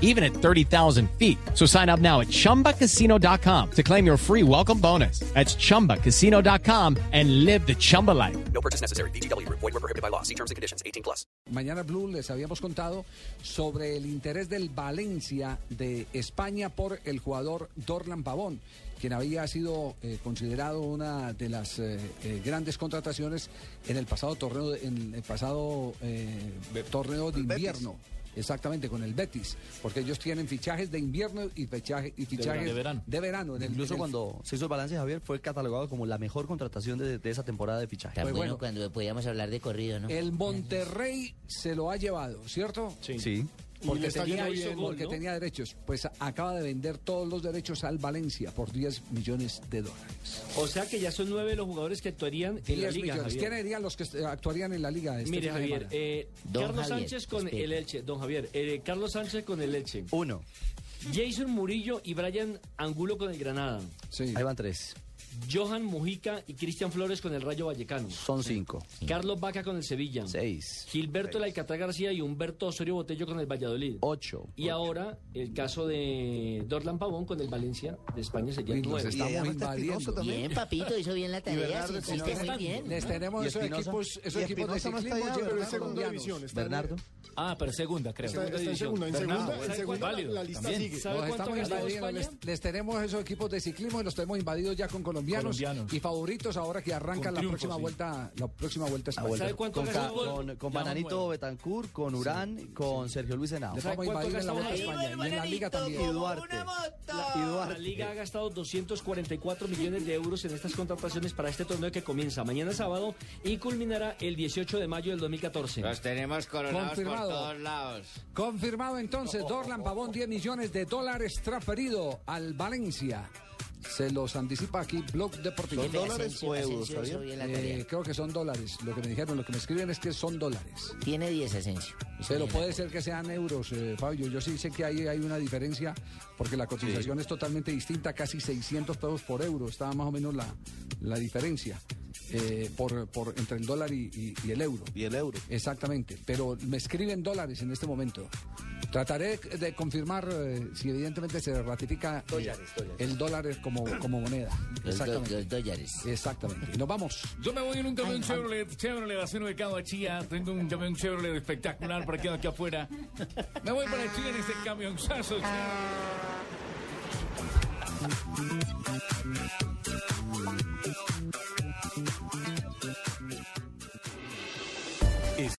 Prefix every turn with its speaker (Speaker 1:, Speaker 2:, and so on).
Speaker 1: even at 30,000 feet. So sign up now at ChumbaCasino.com to claim your free welcome bonus. That's ChumbaCasino.com and live the Chumba life.
Speaker 2: No purchase necessary. BGW. Void were prohibited by law. See terms and conditions. 18 plus.
Speaker 3: Mañana Blue les habíamos contado sobre el interés del Valencia de España por el jugador Dorlan Pavón, quien había sido eh, considerado una de las eh, eh, grandes contrataciones en el pasado torneo de- en el pasado eh, torneo de invierno. Exactamente, con el Betis, porque ellos tienen fichajes de invierno y, fichaje- y fichajes de verano. en el-
Speaker 4: Incluso
Speaker 3: en el-
Speaker 4: cuando se hizo el balance, Javier fue catalogado como la mejor contratación de, de esa temporada de fichaje.
Speaker 5: Tan
Speaker 3: Pues
Speaker 5: bueno
Speaker 3: bueno.
Speaker 5: cuando podíamos hablar de corrido, ¿no?
Speaker 3: el Monterrey se lo ha llevado, ¿cierto? Sí.
Speaker 4: Sí.
Speaker 3: Porque, tenía, porque tenía derechos. Pues acaba de vender todos los derechos al Valencia por 10 millones de dólares.
Speaker 6: O sea que ya son nueve los jugadores que actuarían en la
Speaker 3: 10
Speaker 6: liga.
Speaker 3: millones.
Speaker 6: Javier.
Speaker 3: ¿Quiénes serían los que eh, actuarían en la liga? Este fin
Speaker 6: Mire,
Speaker 3: de
Speaker 6: Javier,
Speaker 3: semana?
Speaker 6: eh,
Speaker 5: Don
Speaker 6: Carlos
Speaker 5: Javier,
Speaker 6: Sánchez con
Speaker 5: espere.
Speaker 6: el Elche, don Javier, eh, Carlos Sánchez con el Elche,
Speaker 4: Uno.
Speaker 6: Jason Murillo y Brian Angulo con el Granada,
Speaker 3: Sí.
Speaker 4: Ahí van tres.
Speaker 6: Johan Mujica y Cristian Flores con el Rayo Vallecano,
Speaker 4: Son cinco.
Speaker 6: Carlos Vaca con el Sevilla,
Speaker 4: Mm. Seis.
Speaker 6: Gilberto el Alcatá García y Humberto Osorio Botello con el Valladolid.
Speaker 4: Ocho.
Speaker 6: Y ahora el caso de Dorlan Pavón con el Valencia de España sería
Speaker 3: Uy, los
Speaker 6: nueve.
Speaker 3: estamos invadiendo.
Speaker 5: Bien, papito, hizo bien la tarea, sí, hiciste muy bien.
Speaker 3: Les tenemos
Speaker 4: ¿Y
Speaker 3: esos
Speaker 4: Espinosa?
Speaker 3: equipos,
Speaker 4: ¿Y
Speaker 3: esos equipos de
Speaker 4: Espinosa no está
Speaker 3: ciclismo
Speaker 4: allá,
Speaker 3: llenos
Speaker 4: Bernardo?
Speaker 3: de
Speaker 4: Está en segunda
Speaker 3: colombianos.
Speaker 7: división, está en-
Speaker 4: Bernardo.
Speaker 8: Ah, pero segunda, creo.
Speaker 7: Está, está en segunda, en segunda, en segunda la, la lista sigue.
Speaker 6: ¿Sabe
Speaker 3: Los
Speaker 6: cuánto
Speaker 3: estamos este
Speaker 6: ganó
Speaker 3: invadiendo.
Speaker 6: España?
Speaker 3: Les, les tenemos esos equipos de ciclismo y los tenemos invadidos ya con colombianos,
Speaker 7: Colombianos.
Speaker 3: y favoritos ahora que arrancan
Speaker 7: Con
Speaker 3: la
Speaker 7: triunfo,
Speaker 3: próxima
Speaker 7: sí.
Speaker 3: vuelta, la próxima vuelta a España.
Speaker 6: ¿Sabe cuánto
Speaker 4: Con,
Speaker 6: gasta
Speaker 4: Ca-
Speaker 6: el fútbol?
Speaker 4: con, con Bananito Betancourt, con Urán, con Sergio Luis Henao.
Speaker 3: Les
Speaker 6: ¿Sabe
Speaker 3: vamos a
Speaker 6: cuánto
Speaker 3: invadir en la vuelta a
Speaker 6: gastamos?
Speaker 3: España y en la liga
Speaker 4: Y
Speaker 3: también.
Speaker 4: Duarte. La- y
Speaker 6: La
Speaker 4: Duarte.
Speaker 6: liga ha gastado 244 millones de euros en estas contrataciones para este torneo que comienza mañana sábado y culminará el 18 de mayo del 2014.
Speaker 9: Los tenemos coronados
Speaker 3: Confirmado.
Speaker 9: por todos lados.
Speaker 3: Confirmado entonces, Dorlan Pavón, 10 millones de dólares transferido al Valencia. Se los anticipa aquí Blog Deportivo.
Speaker 5: Jefe,
Speaker 4: dólares
Speaker 5: Asensio-
Speaker 4: o euros,
Speaker 5: Asensio hizo
Speaker 4: Javier?
Speaker 5: bien la
Speaker 3: Eh,
Speaker 5: tarea.
Speaker 3: creo que son dólares. Lo que me dijeron, lo que me escriben es que son dólares.
Speaker 5: Tiene 10 Asensio. hizo
Speaker 3: Pero
Speaker 5: bien la
Speaker 3: puede
Speaker 5: tarea.
Speaker 3: ser que sean euros, eh, Fabio. Yo sí sé que ahí hay una diferencia porque la cotización es totalmente distinta, casi 600 pesos por euro. Estaba más o menos la, la diferencia eh, por, por- entre el dólar y, y- y el euro.
Speaker 4: Y el euro.
Speaker 3: Exactamente, pero me escriben dólares en este momento. Trataré de confirmar eh, si evidentemente se ratifica eh, el dólar como, como moneda.
Speaker 5: Los, do-
Speaker 3: Exactamente.
Speaker 5: los dólares.
Speaker 3: Exactamente. Nos vamos.
Speaker 7: Yo me voy en un camión Chevrolet, Chevrolet, acero de cabo a Chía. Tengo un camión Chevrolet espectacular parqueado aquí afuera. Me voy para Chía en este camionzazo. Chía.